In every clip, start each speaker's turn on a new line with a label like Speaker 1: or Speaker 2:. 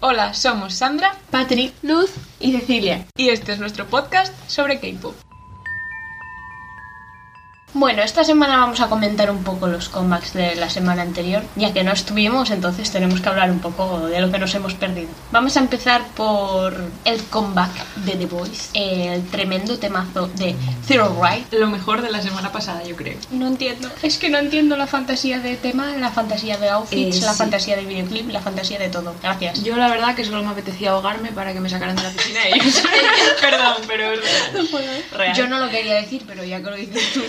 Speaker 1: Hola, somos Sandra,
Speaker 2: Patrick, Luz y Cecilia.
Speaker 1: y este es nuestro podcast sobre K-pop. Bueno, esta semana vamos a comentar un poco los comebacks de la semana anterior, ya que no estuvimos, entonces tenemos que hablar un poco de lo que nos hemos perdido. Vamos a empezar por el comeback de The Voice, el tremendo temazo de Zero Right.
Speaker 3: Lo mejor de la semana pasada, yo creo.
Speaker 1: No entiendo, es que no entiendo la fantasía de tema, la fantasía de outfits,
Speaker 3: Eh,
Speaker 1: la
Speaker 3: sí.
Speaker 1: fantasía de videoclip, la fantasía de todo. Gracias.
Speaker 3: Yo la verdad que solo me apetecía ahogarme para que me sacaran de la piscina ellos. Perdón, pero es real. Real.
Speaker 1: Yo no lo quería decir, pero ya que lo dices tú.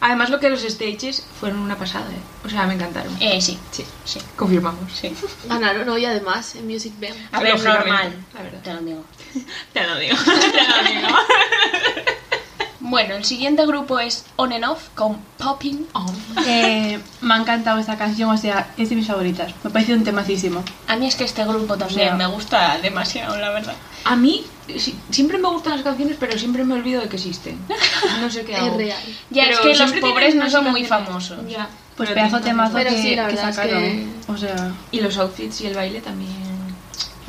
Speaker 3: Además lo que los stages fueron una pasada, ¿eh? O sea, me encantaron.
Speaker 1: Eh, sí,
Speaker 3: Sí,
Speaker 1: sí,
Speaker 3: confirmamos.
Speaker 1: sí.
Speaker 2: Ganaron hoy además en Music Bank.
Speaker 1: A ver,
Speaker 3: Lógicamente,
Speaker 1: normal.
Speaker 3: la verdad.
Speaker 1: Te lo digo.
Speaker 3: Te lo digo, te lo digo.
Speaker 1: Bueno, el siguiente grupo es On and Off con Popping.
Speaker 3: Oh.
Speaker 4: Eh, me ha encantado esta canción, o sea, es de mis favoritas. Me ha parecido un temacísimo.
Speaker 1: A mí es que este grupo también
Speaker 4: Ya.
Speaker 1: me gusta demasiado, la verdad.
Speaker 3: A mí sí, siempre me gustan las canciones, pero siempre me olvido de que existen. No sé qué hago.
Speaker 2: Es real.
Speaker 1: Ya,
Speaker 3: Pero
Speaker 1: es que los
Speaker 3: siempre
Speaker 1: pobres
Speaker 3: tienen
Speaker 1: no son
Speaker 3: unas
Speaker 1: muy
Speaker 3: canciones-
Speaker 1: famosos.
Speaker 3: Ya.
Speaker 4: Pues
Speaker 3: Pero
Speaker 4: pedazo
Speaker 3: tienen
Speaker 4: temazo
Speaker 3: canciones.
Speaker 2: Pero
Speaker 4: que,
Speaker 2: sí, la
Speaker 4: que
Speaker 2: verdad es
Speaker 4: sacaron.
Speaker 2: que-
Speaker 4: O sea,
Speaker 3: Y los outfits y el baile también.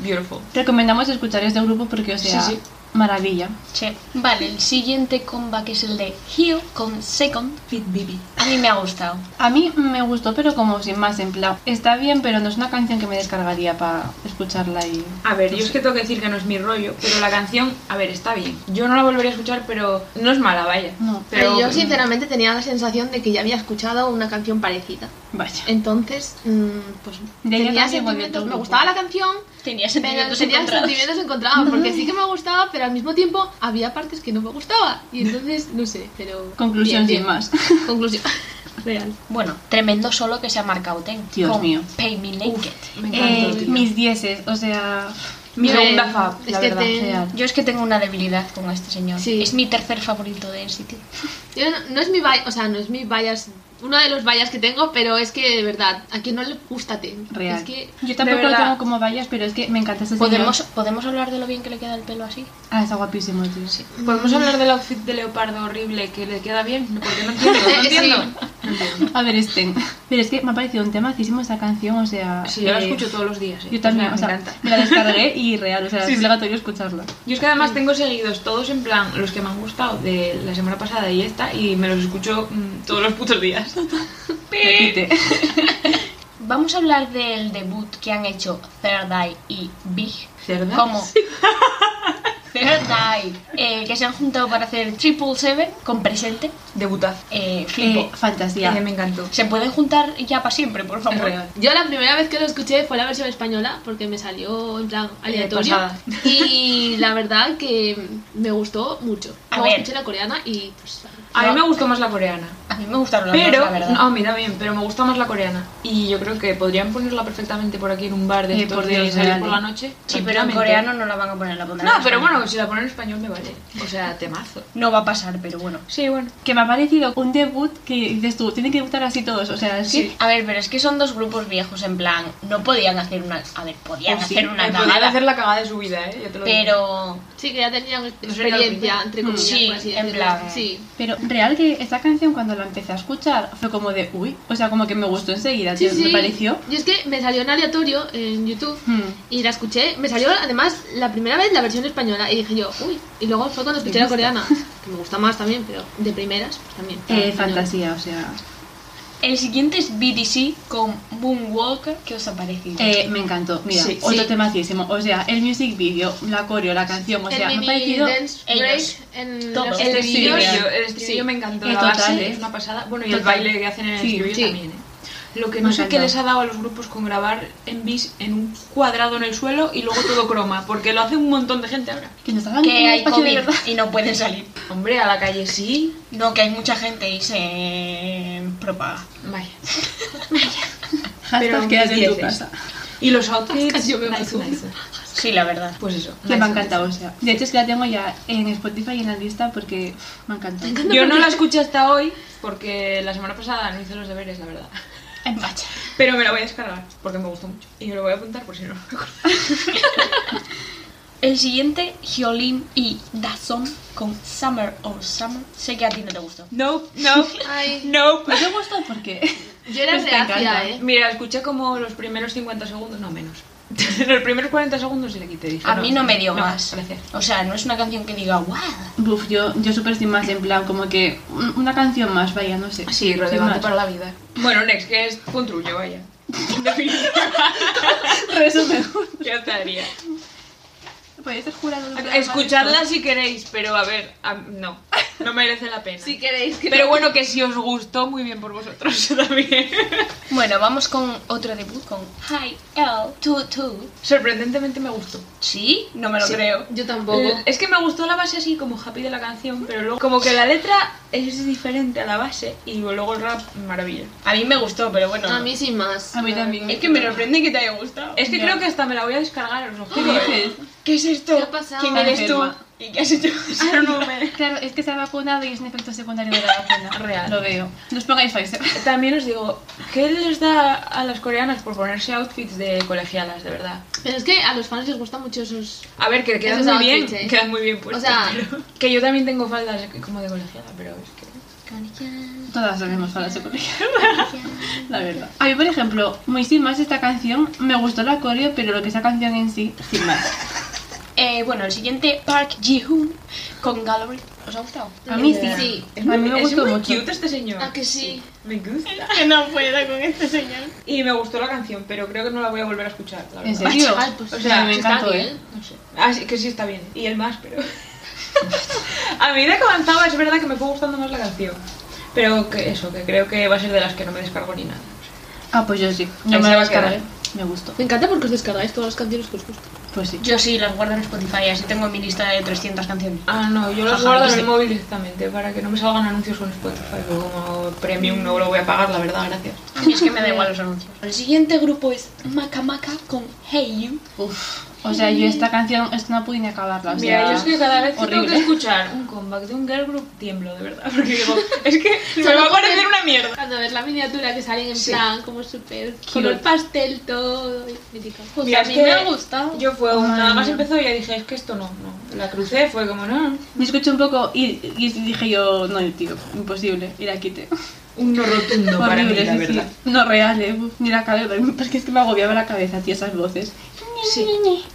Speaker 3: Beautiful.
Speaker 4: recomendamos escuchar este grupo porque, o sea,
Speaker 3: Sí, sí.
Speaker 4: maravilla.
Speaker 1: Sí. Vale, el siguiente comeback es el de Hio con Second.
Speaker 3: Fit Bibi.
Speaker 1: A mí me ha gustado.
Speaker 4: A mí me gustó, pero como sin más, en plan, está bien, pero no es una canción que me descargaría para escucharla y...
Speaker 2: Ah,
Speaker 3: A ver, yo es que tengo que decir que no es mi rollo, pero la canción, a ver, está bien. Yo no la volvería a escuchar, pero no es mala, vaya.
Speaker 4: No.
Speaker 2: Pero yo sinceramente tenía la sensación de que ya había escuchado una canción parecida.
Speaker 4: Vaya.
Speaker 2: eh, Entonces, mm, pues
Speaker 4: De ello
Speaker 2: tenía
Speaker 4: también volvió todo
Speaker 2: sentimientos.
Speaker 4: el
Speaker 2: Me
Speaker 4: grupo.
Speaker 2: gustaba la canción,
Speaker 1: Tenía
Speaker 2: pero
Speaker 1: sentimientos
Speaker 2: tenía
Speaker 1: encontrados.
Speaker 2: sentimientos encontrados. Porque sí que me gustaba, pero al mismo tiempo había partes que no me gustaba. Y entonces, no sé, pero.
Speaker 4: Conclusión
Speaker 2: bien, bien.
Speaker 4: sin más.
Speaker 2: Conclusión. Real.
Speaker 1: Bueno, tremendo solo que se ha marcado Ten.
Speaker 4: Dios
Speaker 1: con
Speaker 4: mío.
Speaker 1: Pay Me Naked.
Speaker 3: Me
Speaker 4: Eh,
Speaker 3: encantó, tío.
Speaker 4: mis dieces, o sea...
Speaker 3: Mi
Speaker 2: Eh,
Speaker 3: segunda fab,
Speaker 2: es
Speaker 3: la
Speaker 2: que
Speaker 3: verdad.
Speaker 2: te-
Speaker 4: real.
Speaker 1: Yo es que tengo una debilidad con este señor.
Speaker 2: Sí.
Speaker 1: Es mi tercer favorito de NCT.
Speaker 2: Yo no, no es mi bias, o sea, no es mi bias, uno de los bias que tengo, pero es que de verdad, a quien no le gusta Ten.
Speaker 4: Real.
Speaker 2: Es que
Speaker 4: Yo tampoco lo
Speaker 3: verdad.
Speaker 4: tengo como vallas, pero es que me encanta este
Speaker 1: ¿Podemos,
Speaker 4: señor.
Speaker 1: ¿Podemos hablar de lo bien que le queda el pelo así?
Speaker 4: Ah, está guapísimo, tío.
Speaker 3: Podemos hablar del outfit de leopardo horrible que le queda bien, porque no entiendo, no
Speaker 2: Sí.
Speaker 3: entiendo.
Speaker 4: A ver, Sten. Pero es que me ha parecido un temacísimo esta canción, o sea...
Speaker 3: Sí, yo la
Speaker 4: eh,
Speaker 3: escucho todos los días. eh.
Speaker 4: Yo también, o sea,
Speaker 3: me encanta.
Speaker 4: me la descargué y real, o sea,
Speaker 3: Sí,
Speaker 4: es
Speaker 3: sí.
Speaker 4: obligatorio escucharla.
Speaker 3: Yo es que además tengo seguidos todos en plan los que me han gustado de la semana pasada y esta y me los escucho mm, todos los putos días.
Speaker 1: Eh,
Speaker 4: Repite.
Speaker 1: Vamos a hablar del debut que han hecho Third Eye y Big.
Speaker 3: ¿Cerda?
Speaker 1: Como Third Eye, eh, que se han juntado para hacer Triple Seven con presente.
Speaker 3: Debutad.
Speaker 1: Eh, flipo.
Speaker 4: Eh, fantasía.
Speaker 3: Eh, me encantó.
Speaker 1: Se pueden juntar ya para siempre, por
Speaker 3: Es
Speaker 1: favor.
Speaker 3: real.
Speaker 2: yo la primera vez que lo escuché fue la versión española, porque me salió en plan aleatorio.
Speaker 3: pasada.
Speaker 2: y la verdad que me gustó mucho.
Speaker 1: A
Speaker 2: Luego
Speaker 1: ver.
Speaker 2: escuché la coreana y pues vale.
Speaker 3: A mí
Speaker 1: No.
Speaker 3: me gustó más la coreana.
Speaker 1: A mí me gustaron las
Speaker 3: Pero,
Speaker 1: dos, la verdad.
Speaker 3: no, a mí también, pero me gusta más la coreana. Y yo creo que podrían ponerla perfectamente por aquí en un bar de
Speaker 4: Eh,
Speaker 3: estos
Speaker 4: por
Speaker 3: de
Speaker 4: Dios,
Speaker 3: salir
Speaker 4: real,
Speaker 3: por
Speaker 4: eh.
Speaker 3: la noche.
Speaker 1: sí, pero en
Speaker 3: tranquilamente.
Speaker 1: coreano no la van a poner, la pondrán
Speaker 3: No,
Speaker 1: en
Speaker 3: pero
Speaker 1: español.
Speaker 3: bueno, si la ponen en español me vale. O sea, temazo. Eh,
Speaker 1: No va a pasar, pero bueno.
Speaker 3: Sí, bueno.
Speaker 4: Que me ha parecido un debut que dices tú, tienen que debutar así todos, o sea, es que-
Speaker 1: A ver, pero es que son dos grupos viejos, en plan, no podían hacer una... A ver, podían
Speaker 4: Oh, sí.
Speaker 1: hacer una
Speaker 3: Eh, podrían
Speaker 1: cagada,
Speaker 3: hacer la cagada de su vida, ¿eh? Ya te lo digo.
Speaker 1: pero...
Speaker 2: Sí, que ya
Speaker 3: sería
Speaker 2: tenían
Speaker 3: la
Speaker 2: experiencia,
Speaker 3: primera.
Speaker 2: entre comillas,
Speaker 1: Sí,
Speaker 2: por así
Speaker 1: en
Speaker 2: decirlo.
Speaker 1: plan-
Speaker 2: Sí.
Speaker 4: Pero real que esta canción cuando la empecé a escuchar fue como de, uy, o sea, como que me gustó enseguida,
Speaker 2: Sí,
Speaker 4: tío,
Speaker 2: sí.
Speaker 4: me pareció...
Speaker 2: Y es que me salió en aleatorio en YouTube
Speaker 4: Hmm.
Speaker 2: y la escuché. Me salió además la primera vez la versión española y dije yo, uy. Y luego fue cuando escuché la coreana, que me gusta más también, pero de primeras pues también.
Speaker 4: Eh,
Speaker 2: Española.
Speaker 4: fantasía, o sea...
Speaker 1: El siguiente es BDC con Moonwalker. ¿Qué os ha parecido?
Speaker 4: Eh, me encantó, mira,
Speaker 3: Sí.
Speaker 4: otro
Speaker 2: Sí.
Speaker 4: temacísimo, o sea, el music video, la coreo, la canción, o
Speaker 2: El
Speaker 4: sea, me ha
Speaker 2: mini
Speaker 4: parecido...
Speaker 2: dance
Speaker 1: ellos.
Speaker 2: break en
Speaker 1: Todos.
Speaker 2: los
Speaker 3: El
Speaker 4: Sí,
Speaker 3: estribillo,
Speaker 4: real.
Speaker 3: el estribillo
Speaker 2: Sí.
Speaker 3: me encantó.
Speaker 4: Eh,
Speaker 3: la
Speaker 4: total,
Speaker 3: base
Speaker 4: eh.
Speaker 3: es una pasada. Bueno, y
Speaker 4: Total.
Speaker 3: el baile que hacen en el
Speaker 4: Sí,
Speaker 3: estribillo
Speaker 2: sí.
Speaker 3: también, ¿eh? Lo que
Speaker 4: Me
Speaker 3: no sé
Speaker 4: encanta.
Speaker 3: qué les ha dado a los grupos con grabar en bis en un cuadrado en el suelo y luego todo croma, porque lo hace un montón de gente ahora.
Speaker 4: Que nos hagan
Speaker 1: que
Speaker 4: un
Speaker 1: hay
Speaker 4: espacio de
Speaker 1: COVID
Speaker 4: verdad.
Speaker 1: y no pueden salir.
Speaker 3: Hombre, a la calle sí.
Speaker 1: No, que hay mucha gente y se propaga.
Speaker 3: Vaya.
Speaker 4: Hashtag
Speaker 3: mis
Speaker 4: quédate en tu
Speaker 3: dieces.
Speaker 4: casa.
Speaker 3: Y los outfits.
Speaker 2: Casi yo me
Speaker 3: nice,
Speaker 2: mato.
Speaker 3: nice.
Speaker 1: Sí, la verdad.
Speaker 3: Pues eso.
Speaker 4: Que me
Speaker 3: nice,
Speaker 4: ha encantado, o sea. De hecho, es que la tengo ya en Spotify y en la lista porque uf, me ha encantado.
Speaker 3: nice. Yo no la escuché hasta hoy porque la semana pasada no hice los deberes, la verdad.
Speaker 4: En facha.
Speaker 3: Pero me la voy a descargar porque me gustó mucho. Y me lo voy a apuntar por si no.
Speaker 1: El siguiente, Hyolin y Dazon con Summer or Summer. Sé que a ti no te gustó.
Speaker 3: No, no,
Speaker 2: Ay,
Speaker 3: no.
Speaker 4: Pues Me ha gustado porque.
Speaker 2: yo era
Speaker 4: Pues te encanta.
Speaker 2: reacia, eh.
Speaker 3: Mira, escuché como los primeros 50 segundos, no menos. en los primeros 40 segundos se le quité. dije,
Speaker 1: A mí no me dio más.
Speaker 3: Gracias.
Speaker 1: O sea, no es una canción que diga, wow.
Speaker 4: Uf, yo, yo superestimé más en plan, como que un- una canción más, vaya, no sé.
Speaker 3: Sí,
Speaker 4: Sin
Speaker 3: relevante
Speaker 4: más.
Speaker 3: para la vida. Bueno, next, que es Contrullo, vaya.
Speaker 4: Resumen.
Speaker 3: ¿Qué estaría?
Speaker 4: Podéis ser jurado. de verdad,
Speaker 3: Escuchadla si queréis, pero a ver, a- no. No merece la pena.
Speaker 2: Si queréis que
Speaker 3: Pero bueno, que si os gustó, muy bien por vosotros también.
Speaker 1: Bueno, vamos con otro debut, con Hi L22.
Speaker 3: Sorprendentemente me gustó.
Speaker 1: Sí, no me lo
Speaker 3: Sí.
Speaker 1: creo.
Speaker 2: Yo tampoco.
Speaker 3: Eh, Es que me gustó la base así como happy de la canción, pero luego como que la letra es diferente a la base y luego el rap maravilla.
Speaker 1: A mí me gustó, pero bueno.
Speaker 2: A mí sin más.
Speaker 4: A mí también.
Speaker 1: Es que me sorprende que te haya gustado.
Speaker 3: Es que
Speaker 4: Ya.
Speaker 3: creo que hasta me la voy a descargar, os lo
Speaker 4: ¿Qué
Speaker 3: juro. eh.
Speaker 4: dices?
Speaker 1: ¿Qué es esto?
Speaker 2: ¿Qué ha pasado?
Speaker 1: ¿Quién eres tú?
Speaker 4: Enferma.
Speaker 1: ¿Y qué has hecho?
Speaker 3: Pero no me-
Speaker 4: Claro, es que se ha vacunado y es un efecto secundario de la vacuna.
Speaker 3: Real.
Speaker 4: Lo veo. No os pongáis Pfizer.
Speaker 3: También os digo, ¿qué les da a las coreanas por ponerse outfits de colegialas, de verdad?
Speaker 2: Pero es que a los fans les gustan mucho esos.
Speaker 3: A ver, que quedan
Speaker 2: Esos
Speaker 3: muy bien,
Speaker 2: outfits, eh.
Speaker 3: quedan muy bien puestos.
Speaker 2: O sea-
Speaker 3: pero- Que yo también tengo faldas como de colegiala, pero es que...
Speaker 4: Todas tenemos falas de colegio. La verdad. A mí, por ejemplo, muy sin más esta canción, me gustó la coreo, pero lo que esa canción en sí, sin más.
Speaker 1: Eh, bueno, el siguiente, Park Ji-hoon con Gallery. ¿Os ha gustado?
Speaker 4: A mí sí.
Speaker 2: Sí.
Speaker 4: A mí me
Speaker 3: es
Speaker 4: gustó
Speaker 3: muy
Speaker 4: mucho. Ah,
Speaker 3: cute este señor.
Speaker 2: ¿A que sí?
Speaker 3: Me gusta.
Speaker 1: Que no puedo con este señor.
Speaker 3: Y me gustó la canción, pero creo que no la voy a volver a escuchar, la
Speaker 4: ¿En
Speaker 3: verdad.
Speaker 4: serio?
Speaker 2: Ay, pues
Speaker 3: O sea,
Speaker 4: me
Speaker 2: está
Speaker 4: encantó,
Speaker 2: bien.
Speaker 4: ¿eh?
Speaker 3: No sé. Ah, sí, que sí está bien. Y el más, pero... a medida que avanzaba es verdad que me fue gustando más la canción. Pero que eso, que creo que va a ser de las que no me descargo ni nada.
Speaker 4: Ah, pues yo sí.
Speaker 3: Ahí
Speaker 4: Yo
Speaker 3: se
Speaker 4: me la
Speaker 3: va a quedar.
Speaker 4: descargué. Me gustó.
Speaker 2: Me encanta porque os descargáis todas las canciones que os gustan.
Speaker 4: Pues sí.
Speaker 1: Yo sí, las guardo en Spotify, así tengo mi lista de 300 canciones.
Speaker 3: Ah, no, yo los
Speaker 1: Ajá,
Speaker 3: guardo
Speaker 1: yo
Speaker 3: en
Speaker 1: sé.
Speaker 3: el móvil directamente para que no me salgan anuncios con Spotify. porque como premium no lo voy a pagar, la verdad, gracias.
Speaker 1: A mí es que me da igual los anuncios. El siguiente grupo es Maca Maca con Hey You.
Speaker 4: Uf. O sea, yo esta canción es- no pude ni acabarla. O sea,
Speaker 3: Mira, yo es que cada vez que tengo que
Speaker 4: horrible.
Speaker 3: escuchar un comeback de un girl group tiemblo, de verdad. Porque digo, es que me va a
Speaker 2: Solo
Speaker 3: parecer
Speaker 2: porque-
Speaker 3: una mierda.
Speaker 2: Cuando ves la miniatura que salen en
Speaker 3: Sí.
Speaker 2: plan, como súper. Con el pastel todo. y mítica.
Speaker 1: Pues
Speaker 3: Mira,
Speaker 1: a
Speaker 3: es
Speaker 1: mí
Speaker 3: que
Speaker 1: me ha gustado.
Speaker 3: Yo fue un-
Speaker 4: Ay,
Speaker 3: nada más
Speaker 4: no.
Speaker 3: empezó y ya dije, es que esto no, no. La crucé, fue como, no, no.
Speaker 4: Me escuché un poco y, y dije yo, no, tío, imposible. Y la quité.
Speaker 3: un no rotundo para mí,
Speaker 4: Horrible,
Speaker 3: la
Speaker 4: sí, sí.
Speaker 3: verdad.
Speaker 4: No, real, eh. Uf, Ni la cabeza. Porque es que me agobiaba la cabeza, tío, esas voces.
Speaker 3: Sí.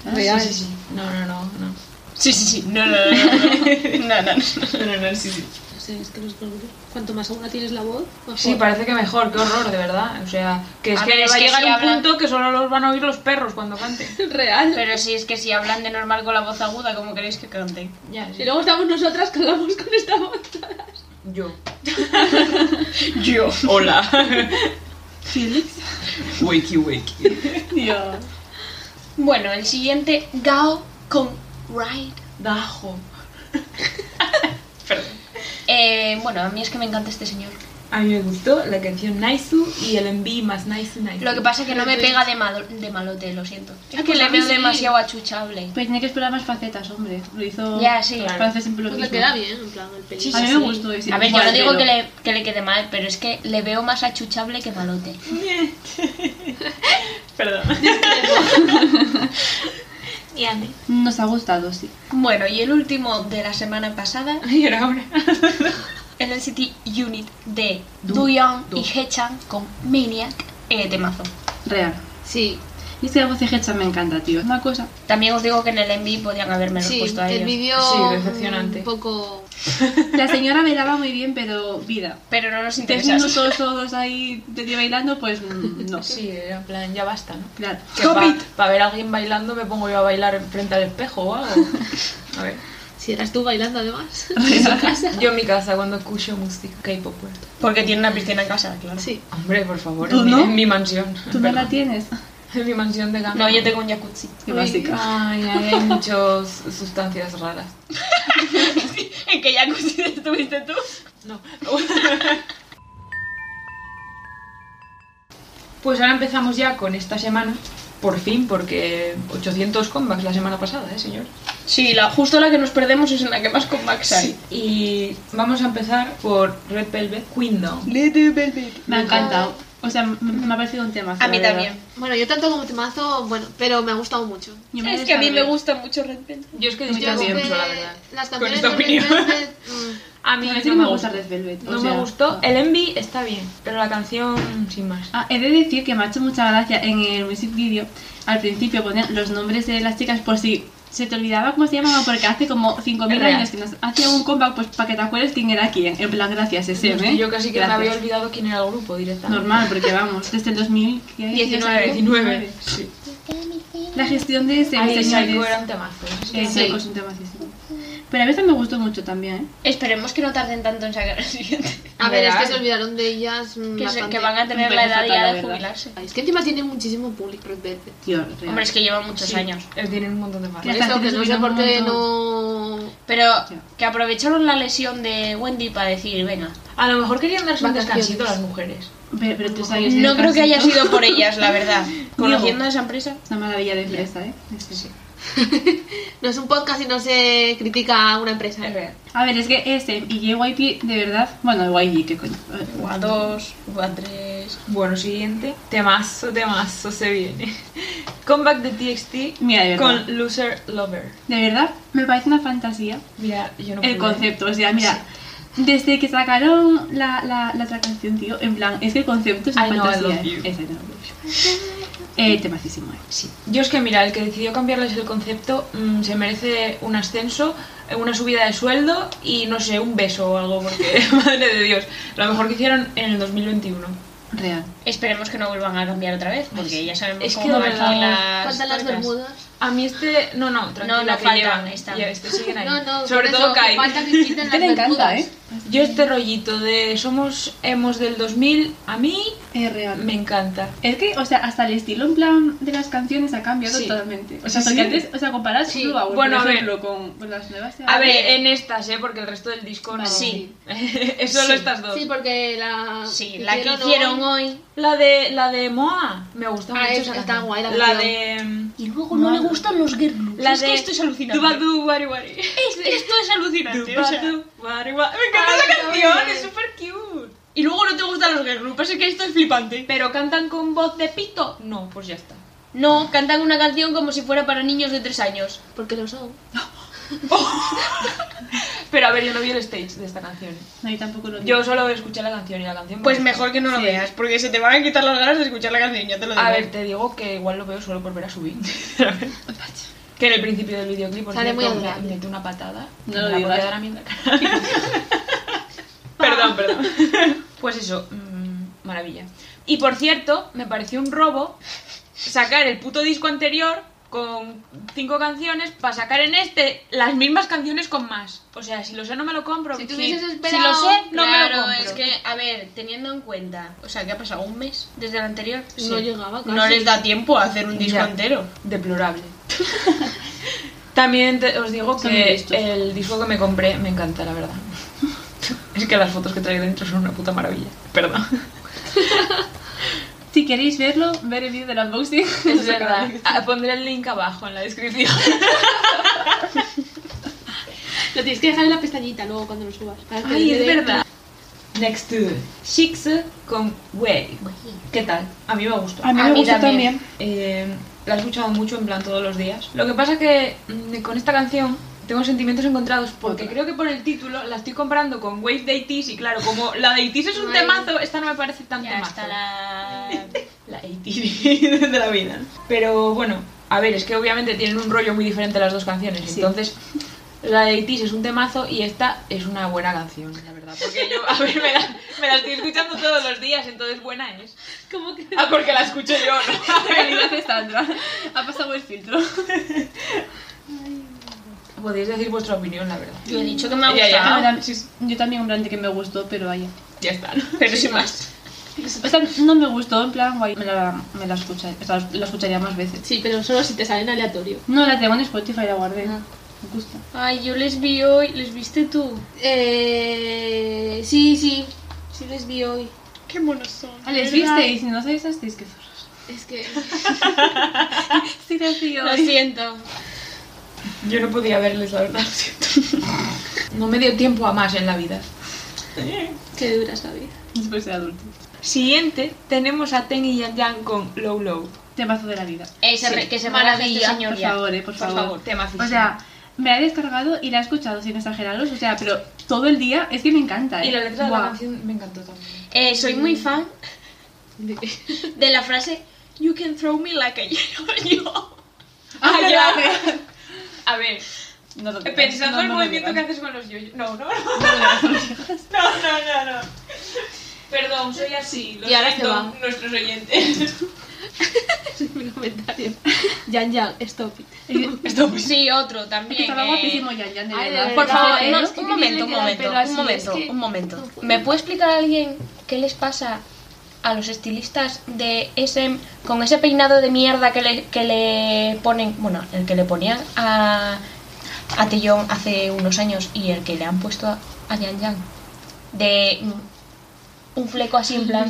Speaker 4: Ah,
Speaker 3: Sí,
Speaker 4: sí,
Speaker 3: sí, sí. No, no, no, no.
Speaker 1: Sí, sí, sí. No, no, no. No, no. no, no.
Speaker 3: No, no, sí, sí.
Speaker 2: No sé, es que los gordos, Cuanto más segura tienes la voz, mejor.
Speaker 3: Sí, parece que mejor, qué horror, de verdad. O sea, que es
Speaker 1: A
Speaker 3: que
Speaker 1: ver, es
Speaker 3: va a
Speaker 1: que
Speaker 3: llegar
Speaker 1: si
Speaker 3: un
Speaker 1: hablan-
Speaker 3: punto que solo los van a oír los perros cuando canten.
Speaker 2: Real.
Speaker 1: Pero sí, es que si hablan de normal con la voz aguda, ¿cómo queréis que cante?
Speaker 3: Ya, sí.
Speaker 2: Y luego estamos nosotras que hablamos con esta voz. todas.
Speaker 3: Yo.
Speaker 1: Yo.
Speaker 3: Hola.
Speaker 4: Felix.
Speaker 3: wakey, wakey.
Speaker 4: Dios.
Speaker 1: Bueno, el siguiente, Gao con Ride.
Speaker 3: Dajo. Perdón.
Speaker 1: Eh, bueno, a mí es que me encanta este señor.
Speaker 3: A mí me gustó la canción Naisu y el enví más Naisu Naisu.
Speaker 1: Lo que pasa es que no me
Speaker 2: Pero tú-
Speaker 1: pega de, malo- de malote, lo siento. Es que
Speaker 2: Ah, pues
Speaker 1: le
Speaker 2: a mí
Speaker 1: veo
Speaker 2: sí.
Speaker 1: demasiado achuchable.
Speaker 4: Pero tiene Pues que explorar más facetas, hombre. Lo hizo.
Speaker 1: Ya, sí.
Speaker 3: Claro.
Speaker 4: Parece siempre lo
Speaker 2: Pues
Speaker 4: mismo.
Speaker 2: le queda bien, en plan, el pelín.
Speaker 4: A mí
Speaker 1: Sí,
Speaker 4: me
Speaker 1: sí.
Speaker 4: gustó ese.
Speaker 1: A ver, yo
Speaker 4: Igual
Speaker 1: no digo
Speaker 4: el
Speaker 1: que
Speaker 4: pelo.
Speaker 1: le, que le quede mal, pero es que le veo más achuchable que malote.
Speaker 3: Perdón. y a mí.
Speaker 4: Nos ha gustado, sí.
Speaker 1: Bueno, y el último de la semana pasada,
Speaker 3: Y era ahora.
Speaker 1: el NCT Unit de Duyong y Hechan con Maniac eh, temazo.
Speaker 4: Real.
Speaker 2: Sí,
Speaker 4: Y es que la voz de Hecha me encanta, tío. Una cosa.
Speaker 1: También os digo que en el MV podían haberme
Speaker 2: sí,
Speaker 1: puesto a
Speaker 2: el
Speaker 1: ellos.
Speaker 2: vídeo.
Speaker 3: Sí, decepcionante.
Speaker 2: Un poco.
Speaker 4: La señora bailaba muy bien, pero vida.
Speaker 1: Pero no nos
Speaker 4: Tres
Speaker 1: interesa.
Speaker 4: minutos todos ahí de ti bailando, pues mm, no.
Speaker 3: Sí, era en plan, ya basta, ¿no?
Speaker 4: Claro.
Speaker 3: Para ver a alguien bailando me pongo yo a bailar frente al espejo o algo. A ver.
Speaker 2: Si eras tú bailando, además.
Speaker 3: Yo en mi casa cuando escucho música K-pop. pues.
Speaker 1: Porque tiene una piscina en casa, claro.
Speaker 2: Sí.
Speaker 3: Hombre, por favor,
Speaker 4: ¿Tú
Speaker 3: en, mi,
Speaker 4: no?
Speaker 3: en mi mansión.
Speaker 4: ¿Tú no
Speaker 3: Perdón.
Speaker 4: la tienes?
Speaker 3: En mi mansión de gama.
Speaker 1: No, yo tengo un jacuzzi.
Speaker 4: Qué
Speaker 2: Uy.
Speaker 4: básica.
Speaker 3: Ay, ay, hay muchas sustancias raras.
Speaker 1: ¿En qué jacuzzi estuviste tú?
Speaker 3: No. Pues ahora empezamos ya con esta semana. Por fin, porque 800 comebacks la semana pasada, ¿eh, señor?
Speaker 1: Sí, la, justo la que nos perdemos es en la que más con Max hay.
Speaker 3: Y vamos a empezar por Red Velvet Queen No.
Speaker 4: Me ha encantado. O sea, m- me ha parecido un tema.
Speaker 1: A mí también.
Speaker 2: Bueno, yo tanto como temazo, bueno, pero me ha gustado mucho.
Speaker 1: Es que a mí me gusta mucho Red Velvet.
Speaker 3: Yo es que
Speaker 4: Yo
Speaker 3: disfruto
Speaker 4: también.
Speaker 2: Creo
Speaker 3: mucho,
Speaker 2: que
Speaker 3: la verdad.
Speaker 2: Las
Speaker 3: Con
Speaker 2: canciones
Speaker 3: esta
Speaker 2: de
Speaker 3: opinión.
Speaker 2: Red Velvet, mm,
Speaker 3: A
Speaker 4: A
Speaker 3: mí
Speaker 4: mí
Speaker 3: no
Speaker 4: no me gusta
Speaker 3: gustó.
Speaker 4: Red Velvet. o
Speaker 3: No
Speaker 4: sea,
Speaker 3: me gustó. El Envy está bien, pero la canción sin más.
Speaker 4: Ah, he de decir que me ha hecho mucha gracia en el music video. Al principio ponían los nombres de las chicas por si se te olvidaba cómo se llamaban, porque hace como 5.000
Speaker 3: Real.
Speaker 4: años que nos hacían un comeback pues para que te acuerdes quién era quién. En plan, gracias, ese, ¿eh?
Speaker 3: Yo casi que
Speaker 4: Gracias.
Speaker 3: me había olvidado quién era el grupo directamente.
Speaker 4: Normal, porque vamos, desde el 2000... ¿qué hay?
Speaker 3: 19, 19. Sí.
Speaker 4: La gestión de ese
Speaker 3: Ay, Psycho
Speaker 4: señores.
Speaker 3: era un temazo. Eso
Speaker 4: Eh,
Speaker 3: sí.
Speaker 4: Psycho es un tema así, sí. Pero a veces me gustó mucho también, ¿eh?
Speaker 1: Esperemos que no tarden tanto en sacar el siguiente.
Speaker 2: A ver, es que
Speaker 3: Real.
Speaker 2: se olvidaron de ellas. mm,
Speaker 1: Que, se-
Speaker 2: bastante.
Speaker 1: que van a tener
Speaker 4: Me
Speaker 1: la edad
Speaker 4: parece fatal,
Speaker 1: ya
Speaker 4: la
Speaker 1: de
Speaker 4: verdad.
Speaker 1: jubilarse.
Speaker 2: Ay, Es que encima tiene muchísimo público Red Velvet.
Speaker 4: Tío, real.
Speaker 1: Hombre, es que llevan muchos
Speaker 3: Sí,
Speaker 1: años.
Speaker 3: eh, Tienen un montón de fans.
Speaker 4: Ya
Speaker 2: Por
Speaker 4: está,
Speaker 2: eso
Speaker 4: que
Speaker 2: que
Speaker 4: se
Speaker 2: no sé
Speaker 4: subieron
Speaker 2: por qué
Speaker 4: un
Speaker 2: no.
Speaker 1: Pero que aprovecharon la lesión de Wendy para decir, venga.
Speaker 3: A lo mejor querían darse un
Speaker 2: Vacaciones.
Speaker 3: descansito las mujeres.
Speaker 4: Pero, pero tres años de
Speaker 1: No creo que haya
Speaker 4: descansito.
Speaker 1: sido por ellas, la verdad. Conociendo
Speaker 4: Diego.
Speaker 1: a esa empresa.
Speaker 4: Es una maravilla de empresa, ¿eh? Es que-
Speaker 2: No es un podcast y no se critica a una empresa.
Speaker 3: Es real.
Speaker 4: A ver, es que SM y JYP, de verdad... Bueno, YG, qué coño. eh,
Speaker 1: O a dos, o a tres.
Speaker 3: Bueno, siguiente. Temazo, temazo se viene. Comeback de TXT
Speaker 4: Mira, de verdad.
Speaker 3: con Loser Lover.
Speaker 4: De verdad, me parece una fantasía
Speaker 3: Mira, yo no
Speaker 4: el
Speaker 3: puedo.
Speaker 4: concepto. O sea, mira, desde que sacaron la, la, la otra canción, tío, en plan, es que el concepto es una
Speaker 3: I know I
Speaker 4: fantasía.
Speaker 3: love you.
Speaker 4: ¿eh? Esa, I know I love you. Eh, temacísimo, ¿eh?
Speaker 3: Sí. Yo es que, mira, el que decidió cambiarles el concepto mm, se merece un ascenso, eh, una subida de sueldo y, no sé, un beso o algo, porque, madre de Dios, lo mejor que hicieron en el 2021.
Speaker 4: Real.
Speaker 1: Esperemos que no vuelvan a cambiar otra vez, porque ya sabemos
Speaker 3: Es que
Speaker 1: cómo
Speaker 3: de
Speaker 1: van
Speaker 3: verdad,
Speaker 1: las...
Speaker 2: Faltan las
Speaker 3: chicas.
Speaker 2: bermudas.
Speaker 3: A mí este... No, no, tranquila,
Speaker 1: no
Speaker 3: que
Speaker 1: faltan,
Speaker 3: llevan.
Speaker 1: están.
Speaker 3: Ya, este siguen ahí.
Speaker 2: No, no,
Speaker 3: Sobre
Speaker 2: por
Speaker 3: todo
Speaker 2: eso,
Speaker 3: Kai.
Speaker 2: Falta que quiten
Speaker 4: Te
Speaker 2: las
Speaker 4: le encanta,
Speaker 2: bermudas.
Speaker 4: ¿eh?
Speaker 3: Yo este rollito de somos hemos del 2000, a mí
Speaker 4: Eh, real.
Speaker 3: me encanta.
Speaker 4: Es que, o sea, hasta el estilo en plan de las canciones ha cambiado
Speaker 3: Sí.
Speaker 4: totalmente. O sea,
Speaker 3: Sí,
Speaker 4: porque
Speaker 3: sí.
Speaker 4: antes, o sea, comparas
Speaker 2: Sí.
Speaker 4: Blue Hour,
Speaker 3: Bueno, a
Speaker 4: por
Speaker 3: ver.
Speaker 4: ejemplo, con, con las nuevas.
Speaker 3: A ver,
Speaker 1: ver.
Speaker 3: en estas, ¿eh? Porque el resto del disco no.
Speaker 4: Vale.
Speaker 1: Sí.
Speaker 3: es solo
Speaker 1: Sí.
Speaker 3: estas dos.
Speaker 2: Sí, porque la.
Speaker 1: Sí, la que hicieron hoy.
Speaker 3: La de la de Moa me gusta
Speaker 2: Ah,
Speaker 3: mucho.
Speaker 2: es-
Speaker 3: esa
Speaker 2: está
Speaker 3: canción.
Speaker 2: guay la
Speaker 3: la
Speaker 2: canción.
Speaker 3: de mm,
Speaker 1: Y luego
Speaker 4: no
Speaker 1: no,
Speaker 4: le
Speaker 1: le gustan los girl groups.
Speaker 3: la
Speaker 1: es
Speaker 3: de
Speaker 1: que esto es alucinante.
Speaker 3: Dubadu Wari Wari.
Speaker 1: Es- Esto es alucinante, o sea.
Speaker 3: Dubadu Wari Wari. Me encanta
Speaker 2: Ay,
Speaker 3: esa
Speaker 2: está muy
Speaker 3: canción,
Speaker 2: bien.
Speaker 3: es súper cute.
Speaker 1: Y luego no te gustan los girl groups, así que esto es flipante.
Speaker 3: Pero cantan con voz de pito. No, pues ya está.
Speaker 1: No, cantan una canción como si fuera para niños de tres años.
Speaker 2: Porque lo son.
Speaker 3: Pero a ver, yo no vi el stage de esta canción.
Speaker 4: No, yo tampoco lo
Speaker 3: Yo solo escuché la canción y la canción. me
Speaker 1: Pues
Speaker 3: gusta.
Speaker 1: mejor que no lo
Speaker 4: Sí.
Speaker 1: veas, porque se te van a quitar las ganas de escuchar la canción, ya te lo digo.
Speaker 3: A ver, te digo que igual lo veo solo por ver a subir. que en el principio del videoclip por
Speaker 2: Sale muy
Speaker 3: cierto, me
Speaker 2: adorable.
Speaker 3: mete una patada.
Speaker 4: No
Speaker 3: me
Speaker 4: lo
Speaker 3: la
Speaker 4: digas.
Speaker 3: voy a dar a mí en la cara. perdón, perdón. Pues eso, mm, maravilla. Y por cierto, me pareció un robo sacar el puto disco anterior con cinco canciones para sacar en este las mismas canciones con más. O sea, si lo sé no me lo compro.
Speaker 2: Si tú
Speaker 3: Si-
Speaker 2: hubieses
Speaker 3: si lo
Speaker 2: esperado,
Speaker 3: sé no me lo
Speaker 1: claro,
Speaker 3: compro.
Speaker 1: es que, a ver, teniendo en cuenta, o sea, ¿qué ha pasado? ¿Un mes desde el anterior?
Speaker 2: No llegaba casi.
Speaker 1: No les da tiempo a hacer un disco
Speaker 3: Ya.
Speaker 1: entero.
Speaker 3: Deplorable. También te- os digo
Speaker 4: Son muy
Speaker 3: que
Speaker 4: listos.
Speaker 3: el disco que me compré me encanta, la verdad. Es que las fotos que trae dentro son una puta maravilla. Perdón.
Speaker 4: Si queréis verlo, ver el vídeo del unboxing.
Speaker 3: Es verdad. Ah, Pondré el link abajo en la descripción.
Speaker 2: Lo tienes que dejar en la pestañita luego cuando lo subas. para que
Speaker 3: Ay,
Speaker 2: le
Speaker 3: es
Speaker 2: dé-
Speaker 3: verdad. Next to Six con Way. ¿Qué tal? A mí me gustó.
Speaker 4: A mí
Speaker 1: A
Speaker 4: me
Speaker 1: mí
Speaker 4: gusta
Speaker 1: también.
Speaker 4: también.
Speaker 3: Eh, la he escuchado mucho en plan todos los días. Lo que pasa que mm, con esta canción tengo sentimientos encontrados porque
Speaker 4: Otra.
Speaker 3: creo que por el título la estoy comparando con Wave de ITs y claro, como la de ITs es un
Speaker 2: Ay.
Speaker 3: temazo, esta no me parece tan
Speaker 1: Ya
Speaker 3: temazo.
Speaker 1: hasta la...
Speaker 3: La ATV de la vida. Pero bueno, a ver, es que obviamente tienen un rollo muy diferente las dos canciones.
Speaker 4: Sí.
Speaker 3: Entonces, la de ATs es un temazo y esta es una buena canción, la verdad. Porque yo, a ver, me la, me la estoy escuchando todos los días, entonces buena es.
Speaker 2: ¿Cómo que?
Speaker 3: Ah, porque la escucho yo, ¿no? A ver.
Speaker 4: Gracias, Sandra. Ha pasado el filtro.
Speaker 3: Podéis decir vuestra opinión, la verdad.
Speaker 1: Yo he dicho que me ha
Speaker 3: Ya,
Speaker 1: gustado.
Speaker 3: ya. Ah.
Speaker 4: También- sí, sí. Yo también un plan de que me gustó, pero vaya.
Speaker 3: Ya está, ¿no?
Speaker 1: Pero sin más.
Speaker 4: O sea, no me gustó, en plan, guay. Me la, me la escucha- o sea, la escucharía más veces.
Speaker 2: Sí, pero solo si te sale en aleatorio.
Speaker 4: No, la tengo en Spotify, la guardé.
Speaker 2: Ah.
Speaker 4: Me gusta.
Speaker 1: Ay, yo les vi hoy, ¿les viste tú?
Speaker 2: Eh. Sí, sí. Sí, les vi hoy.
Speaker 1: Qué monos son.
Speaker 4: ¿Les visteis? ¿No sabéis visteis qué zorros?
Speaker 2: Es que.
Speaker 4: Sí, les vi
Speaker 1: Lo siento.
Speaker 3: Yo no podía verles, la verdad, lo siento. No me dio tiempo a más en la vida.
Speaker 2: Qué dura es la vida.
Speaker 4: Después de adulto.
Speaker 3: Siguiente, tenemos a Ten y Yang Yang con Low Low.
Speaker 4: Te paso de la vida.
Speaker 1: Esa
Speaker 3: Sí.
Speaker 1: re- que Eh, se
Speaker 2: Maravilla,
Speaker 1: maravilla, este señor
Speaker 4: Por
Speaker 1: ya.
Speaker 4: favor, eh, por,
Speaker 3: Por favor, tema
Speaker 4: O sea, me la he descargado y la he escuchado sin exageraros, o sea, pero todo el día es que me encanta. ¿eh?
Speaker 3: Y la letra de
Speaker 4: Buah.
Speaker 3: la canción me encantó también.
Speaker 1: Eh, soy muy fan
Speaker 2: ¿De qué?
Speaker 1: de la frase You can throw me like a yo.
Speaker 3: Ah,
Speaker 4: Ah,
Speaker 3: ya.
Speaker 4: ya.
Speaker 3: A ver,
Speaker 4: No lo digas,
Speaker 3: pensando
Speaker 4: no,
Speaker 3: el
Speaker 4: no lo
Speaker 3: movimiento que
Speaker 4: digas.
Speaker 3: haces con los yoyos. No, no, no.
Speaker 4: No lo digas.
Speaker 3: No, no, no, no. Perdón, soy así. Lo
Speaker 2: Y ahora
Speaker 3: siento,
Speaker 2: se va.
Speaker 3: nuestros oyentes.
Speaker 2: Es mi comentario. Jan Jan, stop it.
Speaker 1: Sí, otro también.
Speaker 4: Estaba
Speaker 1: eh.
Speaker 4: guapísimo Yan Yan, de
Speaker 2: Ay, de
Speaker 4: verdad. eh,
Speaker 1: Por
Speaker 2: verdad.
Speaker 1: favor,
Speaker 2: Rafael,
Speaker 1: no,
Speaker 2: es que
Speaker 1: un
Speaker 2: tiene
Speaker 1: momento, un
Speaker 2: que dar el
Speaker 1: momento,
Speaker 2: pelo así,
Speaker 1: un momento,
Speaker 2: es que-
Speaker 1: un momento. ¿Me puede explicar alguien qué les pasa a los estilistas de ese con ese peinado de mierda que le, que le ponen, bueno, el que le ponían a a Taeyong hace unos años y el que le han puesto a, a Yan Yan de mm, un fleco así en plan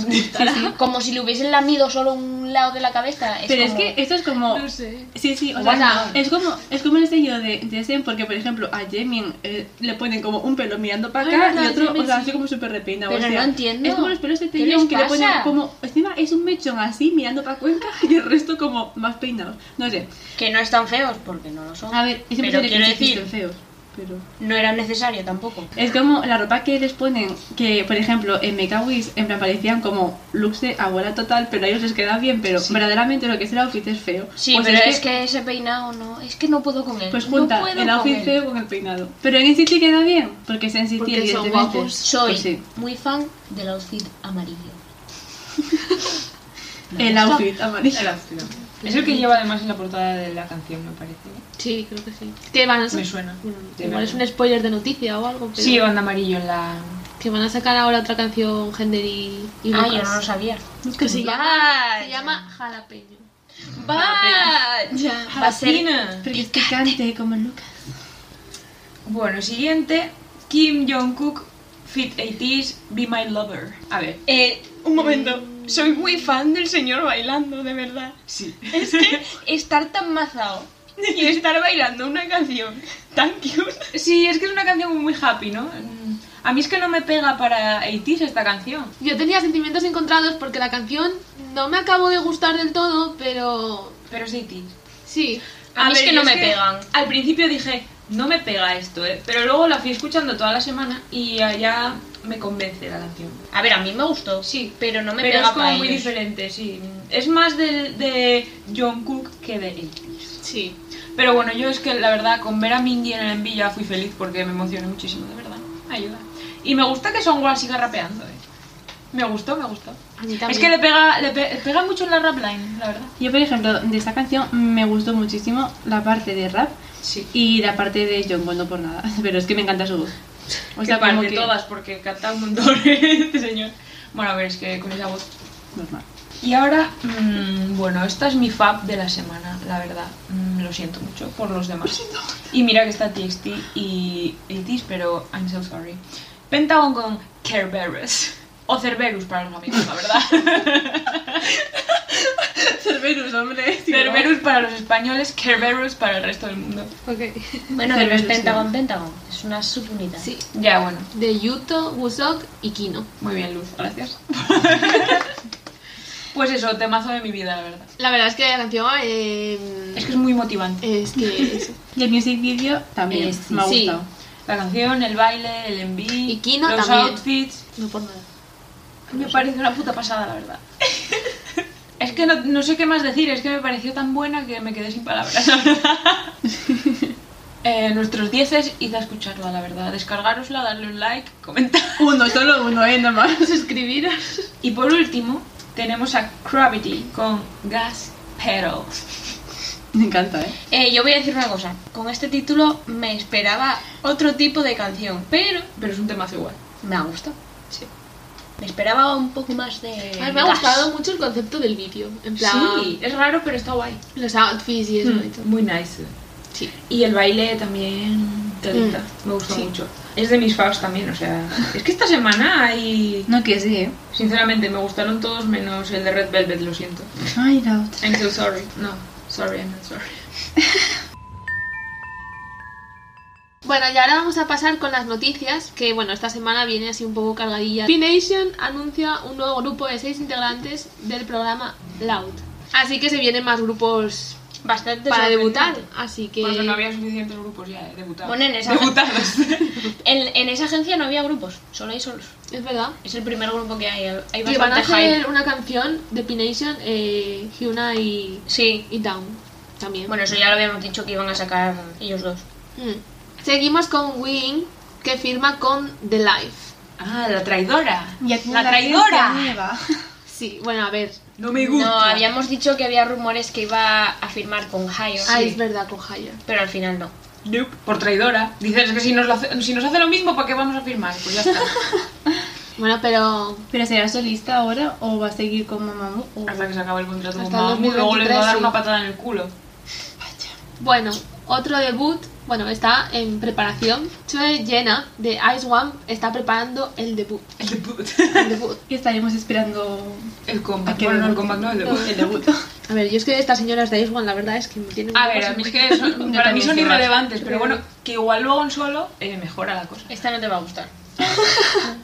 Speaker 1: como si le hubiesen lamido solo un lado de la cabeza. Es
Speaker 4: Pero es
Speaker 1: como-
Speaker 4: que esto es como...
Speaker 2: No sé.
Speaker 4: Sí, sí, o
Speaker 1: Guau.
Speaker 4: sea, es como, es como el sello de, de Sen, porque por ejemplo a Jemin eh, le ponen como un pelo mirando para
Speaker 2: Ay,
Speaker 4: acá
Speaker 2: verdad,
Speaker 4: y otro,
Speaker 2: Jimin,
Speaker 4: o sea,
Speaker 2: sí.
Speaker 4: así como súper repeinado.
Speaker 1: Pero
Speaker 4: o sea,
Speaker 1: no entiendo.
Speaker 4: Es como los pelos de
Speaker 1: ¿Qué
Speaker 4: Taeyong
Speaker 1: les
Speaker 4: que le ponen
Speaker 1: pasa?
Speaker 4: como, encima es un mechón así mirando para Cuenca y el resto como más peinados. No sé,
Speaker 1: que no están feos porque no lo son.
Speaker 4: a ver, es
Speaker 1: pero
Speaker 4: imposible
Speaker 1: quiero
Speaker 4: que
Speaker 1: decir,
Speaker 4: estén feos, pero...
Speaker 1: no era necesario tampoco.
Speaker 4: Es como la ropa que les ponen, que por ejemplo en Make a Wish en plan parecían como looks de abuela total, pero a ellos les queda bien, pero verdaderamente lo que es el outfit es feo.
Speaker 1: Sí,
Speaker 4: Pues
Speaker 1: pero es, que... ese peinado no, es que no puedo con él.
Speaker 4: Pues
Speaker 1: no
Speaker 4: junta
Speaker 1: puedo con
Speaker 4: el outfit
Speaker 1: él.
Speaker 4: feo con el peinado. Pero en NCT queda bien, porque es NCT
Speaker 2: Porque son
Speaker 4: evidentemente.
Speaker 2: guapos.
Speaker 1: Soy
Speaker 4: Pues sí.
Speaker 1: muy fan del outfit amarillo.
Speaker 4: El outfit amarillo.
Speaker 3: Es el que lleva además en la portada de la canción, me parece. Mm,
Speaker 2: Sí, creo que sí. Que van a sa-
Speaker 3: Me suena.
Speaker 2: Bueno,
Speaker 3: De
Speaker 2: igual es
Speaker 3: verdad.
Speaker 2: un spoiler de noticia o algo. Pero
Speaker 3: Sí, banda amarillo en la.
Speaker 2: Que van a sacar ahora otra canción Gender y, y
Speaker 1: Ah,
Speaker 2: Lucas.
Speaker 1: yo no lo sabía.
Speaker 2: Que se llama,
Speaker 1: Vaya.
Speaker 2: se llama Jalapeño.
Speaker 1: Vaya. Va a ser
Speaker 3: Jalapina.
Speaker 4: Porque es picante como Lucas.
Speaker 3: Bueno, siguiente. Kim Jong-kook, Fit 80s, Be My Lover. A ver.
Speaker 1: eh, un momento. Soy muy fan del señor bailando, de verdad.
Speaker 3: Sí.
Speaker 1: Es que estar tan mazao y estar bailando una canción tan cute.
Speaker 3: Sí, es que es una canción muy happy, ¿no? Mm, A mí es que no me pega para 80s esta canción.
Speaker 2: Yo tenía sentimientos encontrados porque la canción no me acabó de gustar del todo, pero
Speaker 3: Pero es 80s.
Speaker 2: sí.
Speaker 1: A mí es que
Speaker 3: yo
Speaker 1: no me pegan.
Speaker 3: Al principio dije, no me pega esto, ¿eh? Pero luego la fui escuchando toda la semana y ya me convence la canción.
Speaker 1: A ver, a mí me gustó.
Speaker 3: Sí,
Speaker 1: pero no me
Speaker 3: Pero
Speaker 1: pega
Speaker 3: es como
Speaker 1: pa'
Speaker 3: muy
Speaker 1: ellos.
Speaker 3: diferente, sí. Es más de, de John Cook que de 80s.
Speaker 2: Sí.
Speaker 3: Pero bueno, yo es que la verdad, con ver a Mingy en el envío ya fui feliz porque me emocioné muchísimo, de verdad. Ayuda. Y me gusta que Songwa siga rapeando, eh. Me gustó, me gustó.
Speaker 2: A mí también.
Speaker 3: Es que le pega, le pe- pega mucho en la rap line, la verdad.
Speaker 4: Yo, por ejemplo, de esta canción me gustó muchísimo la parte de rap
Speaker 3: Sí.
Speaker 4: y la parte de Jungkook no por nada, pero es que me encanta su voz. O sea,
Speaker 3: que parte
Speaker 4: como que...
Speaker 3: todas, porque canta un montón este señor. Bueno, a ver, es que con esa voz.
Speaker 4: Normal.
Speaker 3: Y ahora, mm, bueno, esta es mi fab de la semana, la verdad. Mm, lo siento mucho por los demás. Y mira que está TXT y 80 pero I'm so sorry. Pentagon con Kerberos. O Cerberus para los amigos, la verdad.
Speaker 4: Cerberus, hombre.
Speaker 3: Cerberus para los españoles, Kerberos para el resto del mundo.
Speaker 2: Ok.
Speaker 1: Bueno, pero es
Speaker 4: Cerberus,
Speaker 1: Pentagon Pentagon. Es una subunidad.
Speaker 2: Sí.
Speaker 3: Ya, bueno.
Speaker 2: De Yuto, Wusok y Kino.
Speaker 3: Muy bien, Luz, gracias. pues eso, temazo de mi vida, la verdad.
Speaker 2: La verdad es que la canción eh,
Speaker 3: Es que es muy motivante.
Speaker 2: es que eso.
Speaker 4: Y el music video también
Speaker 2: Eh,
Speaker 1: Este,
Speaker 2: sí,
Speaker 4: me ha
Speaker 2: sí.
Speaker 4: gustado.
Speaker 3: La canción, el baile, el enví,
Speaker 2: Y Kino
Speaker 3: los
Speaker 2: también.
Speaker 3: outfits.
Speaker 2: no por nada.
Speaker 3: Me parece una puta pasada, la verdad. Es que no, no sé qué más decir, es que me pareció tan buena que me quedé sin palabras, la verdad. Eh, nuestros dieces, id a escucharla, la verdad. Descargarosla, darle un like, comentar.
Speaker 4: Uno, solo uno, ¿eh? Nada más.
Speaker 2: Suscribiros.
Speaker 3: Y por último, tenemos a Gravity con Gas Pedal.
Speaker 4: Me encanta, ¿eh?
Speaker 1: Eh, yo voy a decir una cosa. Con este título me esperaba otro tipo de canción, pero
Speaker 3: Pero es un temazo igual.
Speaker 1: me ha gustado.
Speaker 3: Sí.
Speaker 1: Me esperaba un poco más de.
Speaker 2: A mí me ha
Speaker 1: gas.
Speaker 2: gustado mucho el concepto del vídeo. En plan,
Speaker 3: Sí, Hmm. es raro, pero está guay.
Speaker 2: los outfits y eso y todo.
Speaker 3: Muy nice.
Speaker 2: Sí.
Speaker 3: Y el baile también te
Speaker 2: Mm.
Speaker 3: gusta, me gustó
Speaker 2: Sí.
Speaker 3: mucho. Es de mis faves también, o sea. Es que esta semana hay.
Speaker 4: No, que sí, ¿eh?
Speaker 3: Sinceramente, me gustaron todos menos el de Red Velvet, lo siento.
Speaker 4: Ay, la otra.
Speaker 3: I'm so sorry. No, sorry, I'm not sorry.
Speaker 2: Bueno, y ahora vamos a pasar con las noticias, que bueno, esta semana viene así un poco cargadilla. P-Nation anuncia un nuevo grupo de seis integrantes del programa Loud. Así que se vienen más grupos
Speaker 1: bastante
Speaker 2: para
Speaker 1: sorprendente.
Speaker 2: debutar. Así que.
Speaker 3: Porque no había suficientes grupos ya de debutados.
Speaker 1: Bueno, en esa-
Speaker 3: Debutados.
Speaker 1: En, en esa agencia no había grupos, solo hay solos.
Speaker 2: Es verdad.
Speaker 1: Es el primer grupo que hay, hay
Speaker 2: Que van a
Speaker 1: bastante hype.
Speaker 2: hacer una canción de Pination, eh, Hyuna y,
Speaker 1: Sí.
Speaker 2: y Down también.
Speaker 1: Bueno, eso ya lo habíamos dicho que iban a sacar ellos dos.
Speaker 2: Mm. Seguimos con Wing, que firma con The Life.
Speaker 3: ah, la traidora.
Speaker 4: Y aquí
Speaker 3: la
Speaker 4: una
Speaker 3: traidora.
Speaker 4: agencia nueva.
Speaker 2: Sí, bueno, a ver.
Speaker 3: No me gusta.
Speaker 1: No, habíamos dicho que había rumores que iba a firmar con Hyo,
Speaker 2: Ah, es verdad, con Higher.
Speaker 1: pero al final no.
Speaker 3: Nope, por traidora. Dices es que si nos, lo hace, si nos hace lo mismo, ¿para qué vamos a firmar? Pues ya está.
Speaker 2: Bueno, pero.
Speaker 4: ¿Pero será solista ahora o va a seguir con Mamamoo? O...
Speaker 3: Hasta que se acabe el contrato con
Speaker 2: Hasta el
Speaker 3: Mamu, luego les va a
Speaker 2: 2023,
Speaker 3: dar
Speaker 2: sí.
Speaker 3: una patada en el culo.
Speaker 4: Vaya.
Speaker 2: Bueno, otro debut. Bueno, está en preparación. Chue Jenna de Ice One está preparando el debut.
Speaker 3: El debut.
Speaker 2: El debut.
Speaker 4: Y estaremos esperando
Speaker 3: El
Speaker 4: a
Speaker 3: combat.
Speaker 4: que
Speaker 3: Bueno, no, el
Speaker 4: debute.
Speaker 3: combat no, el debut.
Speaker 4: El debut.
Speaker 2: A ver, yo es que estas señoras de Ice One, la verdad es que me tienen.
Speaker 3: A ver, a mí es que son- para mí
Speaker 4: también
Speaker 3: son
Speaker 4: soy más.
Speaker 3: irrelevantes, pero bueno, que igual luego en solo eh, mejora la cosa.
Speaker 1: Esta no te va a gustar.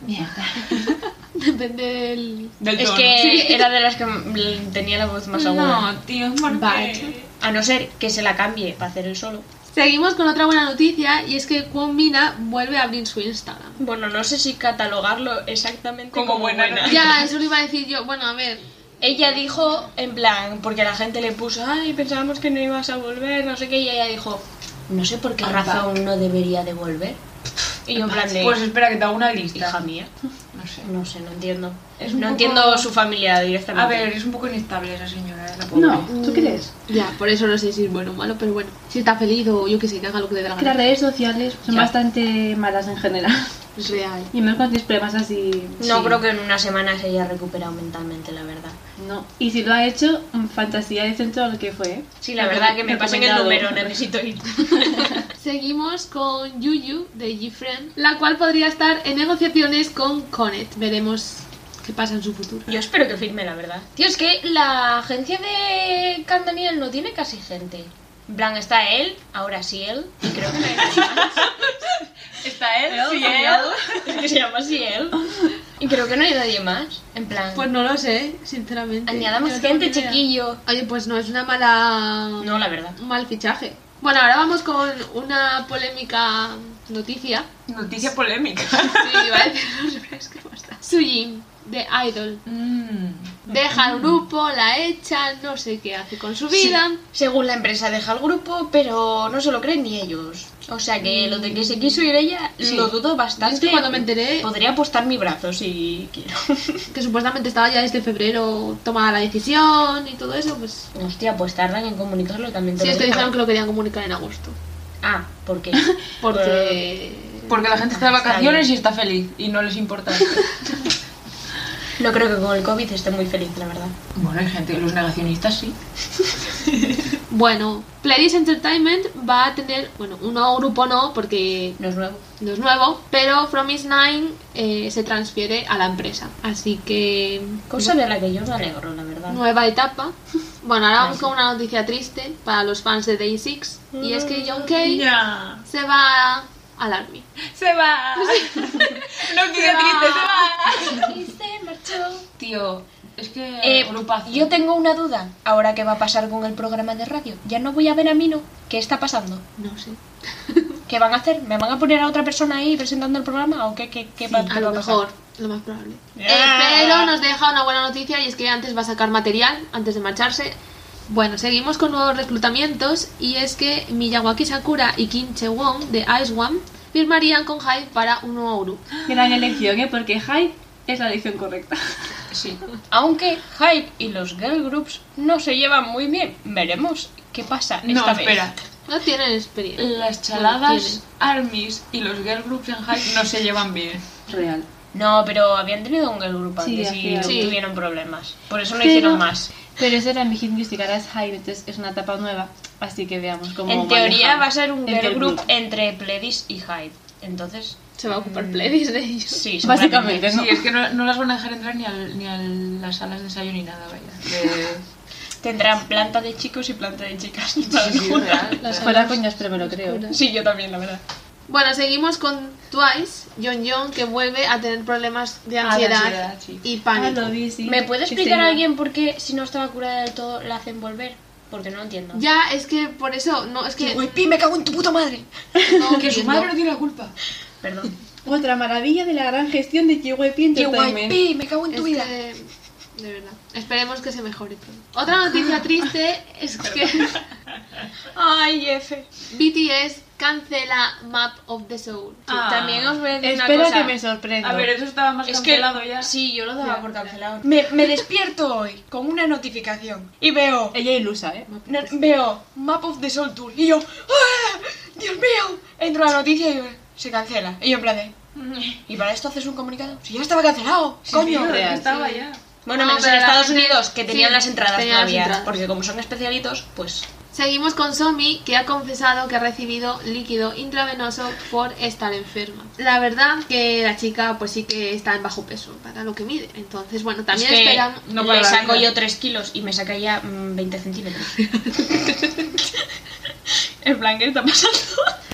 Speaker 3: Mierda.
Speaker 2: Depende del.
Speaker 3: Del
Speaker 1: Es
Speaker 3: tono.
Speaker 1: que
Speaker 3: Sí. ¿eh?
Speaker 1: era de las que mm, tenía la voz más aguda.
Speaker 3: No, tío, es porque...
Speaker 2: Vaya.
Speaker 1: A no ser que se la cambie para hacer el solo.
Speaker 2: Seguimos con otra buena noticia y es que Kwon Mina vuelve a abrir su Instagram.
Speaker 1: Bueno, no sé si catalogarlo exactamente
Speaker 3: Como
Speaker 1: como,
Speaker 3: buena
Speaker 1: buena.
Speaker 3: noticia.
Speaker 2: Ya, eso lo iba a decir yo. Bueno, a ver.
Speaker 1: Ella dijo, en plan, porque la gente le puso, ay, pensábamos que no ibas a volver, no sé qué, y ella dijo, no sé por qué
Speaker 3: I'm
Speaker 1: razón no debería de volver. Y yo en plan de,
Speaker 3: Pues espera que te hago una lista.
Speaker 1: hija mía,
Speaker 3: No sé.
Speaker 1: no sé, no entiendo.
Speaker 3: Es un
Speaker 1: no
Speaker 3: poco-
Speaker 1: entiendo su familia directamente.
Speaker 3: A ver, es un poco inestable esa señora, ¿eh? la pobre.
Speaker 4: No, ¿tú crees?
Speaker 2: Ya, por eso no sé si es bueno o malo, pero bueno. Si está feliz o yo que sé, que haga lo que le dé la
Speaker 4: Que las
Speaker 2: gana.
Speaker 4: redes sociales son
Speaker 3: Ya.
Speaker 4: bastante malas en general.
Speaker 2: Es real.
Speaker 4: Y más cuando tienes problemas así.
Speaker 1: No
Speaker 4: Sí.
Speaker 1: creo que en una semana se haya recuperado mentalmente, la verdad.
Speaker 4: No. Y si lo ha hecho, mm, fantasía de centro lo que fue. ¿eh?
Speaker 1: Sí, la verdad que me pasen el
Speaker 4: Recomendado.
Speaker 1: número, necesito ir.
Speaker 2: Seguimos con Yuyu de GFriend, la cual podría estar en negociaciones con Conet. Veremos qué pasa en su futuro.
Speaker 1: Yo espero que firme, la verdad. Tío, es que la agencia de Can Daniel no tiene casi gente. En plan, está él, ahora sí él, y creo que no hay nadie más.
Speaker 3: Está él,
Speaker 4: Él,
Speaker 3: sí, ¿eh?
Speaker 4: él.
Speaker 1: Es que ¿eh? se llama así él. Y creo que no hay nadie más. En plan,
Speaker 2: Pues no lo sé, sinceramente.
Speaker 1: añadamos
Speaker 2: Yo no tengo
Speaker 1: gente,
Speaker 2: ni idea.
Speaker 1: chiquillo.
Speaker 2: Oye, pues no es una mala.
Speaker 1: No, la verdad.
Speaker 2: un mal fichaje. Bueno, ahora vamos con una polémica noticia.
Speaker 3: Noticia polémica.
Speaker 2: Sí, iba a decirlo, pero es que basta. Sujin, de Idol.
Speaker 3: Mm.
Speaker 2: Deja el grupo, la echa, no sé qué hace con su vida.
Speaker 1: Según la empresa deja el grupo, pero no se lo creen ni ellos. O sea que lo de que se quiso ir ella
Speaker 3: Sí.
Speaker 1: lo dudo bastante.
Speaker 2: Es que cuando me enteré-
Speaker 1: Podría apostar mi brazo si quiero.
Speaker 2: Que supuestamente estaba ya desde febrero tomada la decisión y todo eso, pues.
Speaker 1: Hostia, pues tardan en comunicarlo también. te
Speaker 2: Sí,
Speaker 1: lo
Speaker 2: es que
Speaker 1: digo.
Speaker 2: dijeron que lo querían comunicar en agosto.
Speaker 1: Ah, ¿por qué?
Speaker 2: Porque.
Speaker 3: Porque la gente está de
Speaker 1: Está
Speaker 3: vacaciones
Speaker 1: bien.
Speaker 3: y está feliz y no les importa.
Speaker 1: No creo que con el COVID esté muy feliz, la verdad.
Speaker 3: bueno, hay gente, los negacionistas sí.
Speaker 2: Bueno, Players Entertainment va a tener. Bueno, un nuevo grupo no, porque
Speaker 1: No es nuevo.
Speaker 2: no es nuevo, pero Promise Nine eh, se transfiere a la empresa. Así que.
Speaker 1: Cosa de la que yo me alegro, la verdad.
Speaker 2: Nueva etapa. Bueno, ahora vamos con una noticia triste para los fans de Day 6 y es que John Kay
Speaker 3: Ya.
Speaker 2: se va al Army.
Speaker 3: Se va. no, que qué
Speaker 2: va.
Speaker 3: triste, se va.
Speaker 1: Y se marchó.
Speaker 3: Tío, es que
Speaker 1: Eh,
Speaker 3: agrupación.
Speaker 1: yo tengo una duda. Ahora qué va a pasar con el programa de radio. Ya no voy a ver a Mino. ¿Qué está pasando?
Speaker 2: No sé.
Speaker 1: ¿Qué van a hacer? ¿Me van a poner a otra persona ahí presentando el programa o qué, qué, qué va-
Speaker 2: A
Speaker 1: qué
Speaker 2: lo
Speaker 1: va a pasar?
Speaker 2: mejor, lo más probable. Eh,
Speaker 1: Ah.
Speaker 2: pero nos deja una buena noticia y es que antes va a sacar material, antes de marcharse. Bueno, seguimos con nuevos reclutamientos y es que Miyawaki Sakura y Kim Chewon de Ice One firmarían con Hype para un nuevo grupo.
Speaker 4: Gran elección, ¿eh? Porque Hype es la elección correcta.
Speaker 3: Sí.
Speaker 1: Aunque Hype y los girl groups no se llevan muy bien. Veremos qué pasa
Speaker 3: No,
Speaker 1: esta vez.
Speaker 3: espera.
Speaker 2: No tienen experiencia.
Speaker 3: Las
Speaker 2: tienen.
Speaker 3: chaladas armies y los girl groups en hype no se llevan bien.
Speaker 4: Real.
Speaker 1: No, pero habían tenido un girl group
Speaker 4: Sí,
Speaker 1: antes y
Speaker 4: hacía-
Speaker 2: Sí.
Speaker 1: tuvieron problemas. Por eso no
Speaker 4: Pero-
Speaker 1: hicieron más.
Speaker 4: Pero eso era mi hit music, ahora es Hype, entonces es una etapa nueva. Así que veamos cómo
Speaker 1: en teoría
Speaker 4: manejan
Speaker 1: va a ser un
Speaker 4: el
Speaker 1: girl group entre Pledis y Hyde. Entonces,
Speaker 2: Se va a ocupar Pledis de ellos.
Speaker 1: sí,
Speaker 4: Básicamente, ¿no?
Speaker 3: Sí, es que no, no las van a dejar entrar ni, al- ni a las salas de ensayo ni nada, vaya. De-
Speaker 1: seguramente. Tendrán planta de chicos y planta de chicas.
Speaker 3: Sí, sí, real.
Speaker 2: Las
Speaker 4: Fuera coñas, pero me lo creo.
Speaker 2: oscuras.
Speaker 1: Sí, yo también, la verdad.
Speaker 2: Bueno, seguimos con Twice, John John, que vuelve a tener problemas de
Speaker 3: Ah, de
Speaker 2: ansiedad,
Speaker 3: ansiedad, sí.
Speaker 2: y
Speaker 4: Ah,
Speaker 2: pánico.
Speaker 4: lo vi, sí.
Speaker 1: ¿Me puede
Speaker 4: Sí,
Speaker 1: explicar
Speaker 4: señor.
Speaker 1: alguien por qué, si no estaba curada del todo, la hacen volver? Porque no lo entiendo.
Speaker 2: Ya, es que por eso, no, es que
Speaker 1: Uy, pi, me cago en tu puta madre.
Speaker 2: no
Speaker 3: Que su
Speaker 2: entiendo.
Speaker 3: madre no tiene la culpa.
Speaker 1: Perdón.
Speaker 4: Otra maravilla de la gran gestión de Chihuahua
Speaker 1: Qué guay,
Speaker 4: Entertainment.
Speaker 1: pi, me cago en
Speaker 2: Es
Speaker 1: tu vida.
Speaker 2: que, de verdad. Esperemos que se mejore pronto. Otra noticia triste es que
Speaker 1: Ay, F.
Speaker 2: BTS cancela Map of the Soul.
Speaker 3: Ah.
Speaker 1: También os voy a decir una
Speaker 4: Espero
Speaker 1: cosa.
Speaker 4: que me sorprenda.
Speaker 3: A ver, eso estaba más
Speaker 1: Es que
Speaker 3: cancelado ya.
Speaker 1: sí, yo lo daba
Speaker 3: Ya.
Speaker 1: por cancelado. Me, me despierto hoy con una notificación y veo
Speaker 4: Ella ilusa, ¿eh?
Speaker 1: no- veo Map of the Soul Tour y yo ¡Ah! Dios mío, entro a la noticia y se cancela. Y yo en plan de, ¿y para esto haces un comunicado? Si ya estaba cancelado, coño.
Speaker 3: Sí,
Speaker 4: real,
Speaker 3: estaba
Speaker 2: sí.
Speaker 3: ya.
Speaker 1: Bueno,
Speaker 2: No,
Speaker 1: menos en
Speaker 2: pero la
Speaker 1: Estados
Speaker 2: gente-
Speaker 1: Unidos que
Speaker 2: sí,
Speaker 1: tenían las entradas
Speaker 2: tenían las
Speaker 1: todavía,
Speaker 2: entradas.
Speaker 1: porque como son especialitos, pues
Speaker 2: Seguimos con Somi, que ha confesado que ha recibido líquido intravenoso por estar enferma. La verdad que la chica pues sí que está en bajo peso para lo que mide. Entonces, bueno, también
Speaker 1: es que
Speaker 2: esperan...
Speaker 3: no para
Speaker 1: le
Speaker 3: la
Speaker 1: saco
Speaker 3: vida.
Speaker 1: yo 3 kilos y me saca ya mm, 20 centímetros. en plan, ¿qué está pasando?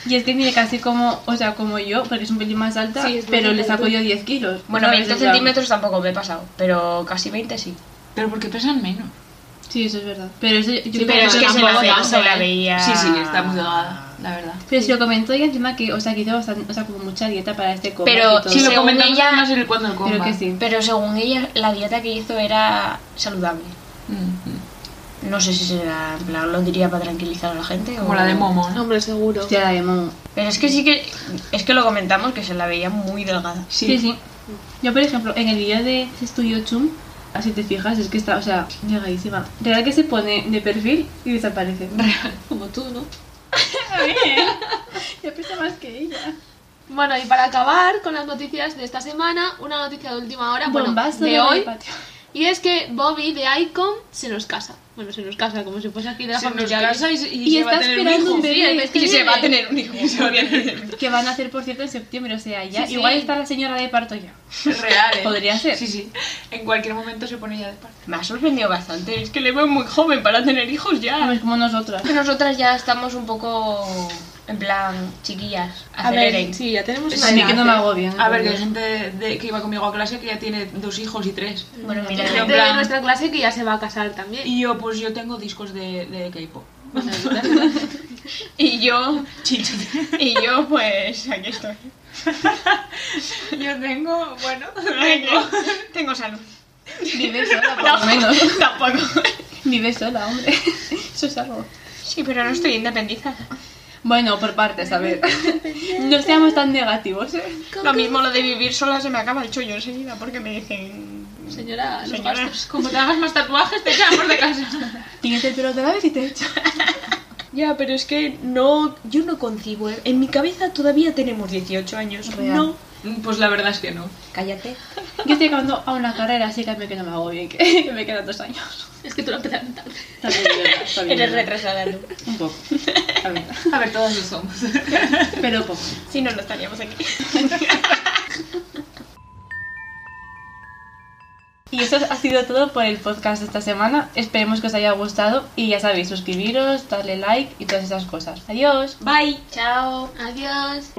Speaker 4: Y es que mide casi como, o sea, como yo, porque es un pelín más alta,
Speaker 2: Sí, es
Speaker 4: pero
Speaker 2: muy
Speaker 4: le saco
Speaker 2: alta.
Speaker 4: yo 10 kilos.
Speaker 1: Bueno,
Speaker 4: ¿sabes?
Speaker 1: 20
Speaker 4: En plan-
Speaker 1: centímetros tampoco me he pasado, pero casi 20 sí.
Speaker 3: Pero porque pesan menos.
Speaker 4: Sí, eso es verdad. Pero eso yo creo
Speaker 1: pero es
Speaker 4: eso
Speaker 1: que se la,
Speaker 4: tampoco
Speaker 1: ve-
Speaker 4: tanto,
Speaker 1: se la
Speaker 4: ¿eh?
Speaker 1: veía.
Speaker 3: Sí, sí, está muy delgada, la verdad.
Speaker 4: Pero si lo comentó ella encima que, o sea, que hizo bastante, o sea, como mucha dieta para este combate
Speaker 1: Pero
Speaker 4: y todo.
Speaker 1: sí
Speaker 3: Si lo
Speaker 1: Según
Speaker 3: comentamos
Speaker 1: ella-
Speaker 3: más en el cuando el comba.
Speaker 4: creo que sí.
Speaker 1: Pero según ella, la dieta que hizo era saludable.
Speaker 3: Mm, mm.
Speaker 1: No sé si será, en plan, lo diría para tranquilizar a la gente.
Speaker 3: Como
Speaker 1: o-
Speaker 3: la de Momo, ¿no?
Speaker 2: Hombre, seguro.
Speaker 4: Hostia, la de Momo.
Speaker 1: Pero es que sí que. Es que lo comentamos que se la veía muy delgada.
Speaker 4: Sí. sí, Yo, por ejemplo, en el vídeo de Estudio Chum, así te fijas, es que está, o sea, llegadísima. Real que se pone de perfil y desaparece.
Speaker 2: Como tú, ¿no?
Speaker 4: Yo pesa más que ella.
Speaker 2: Bueno, y para acabar con las noticias de esta semana, una noticia de última hora, Ah, bueno,
Speaker 4: Bombazo
Speaker 2: de
Speaker 4: la
Speaker 2: hoy,
Speaker 4: patio.
Speaker 2: y es que Bobby de Icon se nos casa. Bueno, se nos casa, como si fuese aquí de la
Speaker 3: Se nos
Speaker 2: familia.
Speaker 3: casa y,
Speaker 4: Y está esperando un
Speaker 2: Sí, el
Speaker 4: bebé.
Speaker 2: mes que viene.
Speaker 1: tener un hijo.
Speaker 4: Que van a hacer, por cierto, en septiembre, o sea, ya.
Speaker 2: Sí, sí.
Speaker 4: Igual está la señora de parto ya.
Speaker 3: Real, ¿eh?
Speaker 4: Podría ser.
Speaker 3: Sí, sí. En cualquier momento se pone ya de parte.
Speaker 1: Me ha sorprendido bastante. Es que le veo muy joven para tener hijos
Speaker 2: Ah.
Speaker 4: No
Speaker 1: ya.
Speaker 4: es como nosotras.
Speaker 1: Que nosotras ya estamos un poco. En plan, chiquillas,
Speaker 2: A ver,
Speaker 1: aceleren.
Speaker 2: sí, ya tenemos
Speaker 4: A
Speaker 2: una
Speaker 4: mí
Speaker 2: edad.
Speaker 4: que no me agobian.
Speaker 3: A ver, que hay gente de- de- que iba conmigo a clase que ya tiene dos hijos y tres.
Speaker 1: Bueno, mira,
Speaker 2: Hay
Speaker 3: Pero en
Speaker 2: gente de
Speaker 3: plan-
Speaker 2: nuestra clase que ya se va a casar también.
Speaker 3: Y yo, pues yo tengo discos de, de K-pop.
Speaker 2: Bueno, ya está.
Speaker 1: y yo,
Speaker 3: Chicho.
Speaker 1: y yo, pues aquí estoy.
Speaker 3: Yo tengo, bueno,
Speaker 1: Tengo, tengo salud.
Speaker 4: Vive sola, por lo menos.
Speaker 1: Tampoco.
Speaker 4: Vive sola, hombre. Eso es algo.
Speaker 1: Sí, pero no estoy independizada.
Speaker 4: Bueno, por partes, a ver. No seamos tan negativos, ¿eh?
Speaker 1: Lo mismo lo de vivir sola se me acaba el chollo enseguida porque me dicen.
Speaker 2: Señora, los
Speaker 1: Señora,
Speaker 2: gastos.
Speaker 3: como te hagas más tatuajes, te echamos de casa.
Speaker 4: Tienes el pelo otra vez y te echo.
Speaker 1: Ya, pero es que no. Yo no concibo. ¿eh? En mi cabeza todavía tenemos 18 años.
Speaker 4: Real.
Speaker 1: No.
Speaker 3: Pues la verdad es que no.
Speaker 1: Cállate.
Speaker 4: Yo estoy acabando a una carrera, así que me que no me hago bien, que que me quedan dos años.
Speaker 2: Es que tú lo empezaste tarde.
Speaker 4: Está bien, ¿verdad? Está bien,
Speaker 1: Eres
Speaker 4: ¿verdad?
Speaker 1: retrasada, Lu.
Speaker 4: Un poco. A ver,
Speaker 3: A ver, todos lo somos.
Speaker 4: pero poco.
Speaker 1: Si no, no estaríamos aquí.
Speaker 4: Y eso ha sido todo por el podcast de esta semana. Esperemos que os haya gustado y ya sabéis, suscribiros, darle like y todas esas cosas. Adiós.
Speaker 1: Bye. Chao.
Speaker 2: Adiós.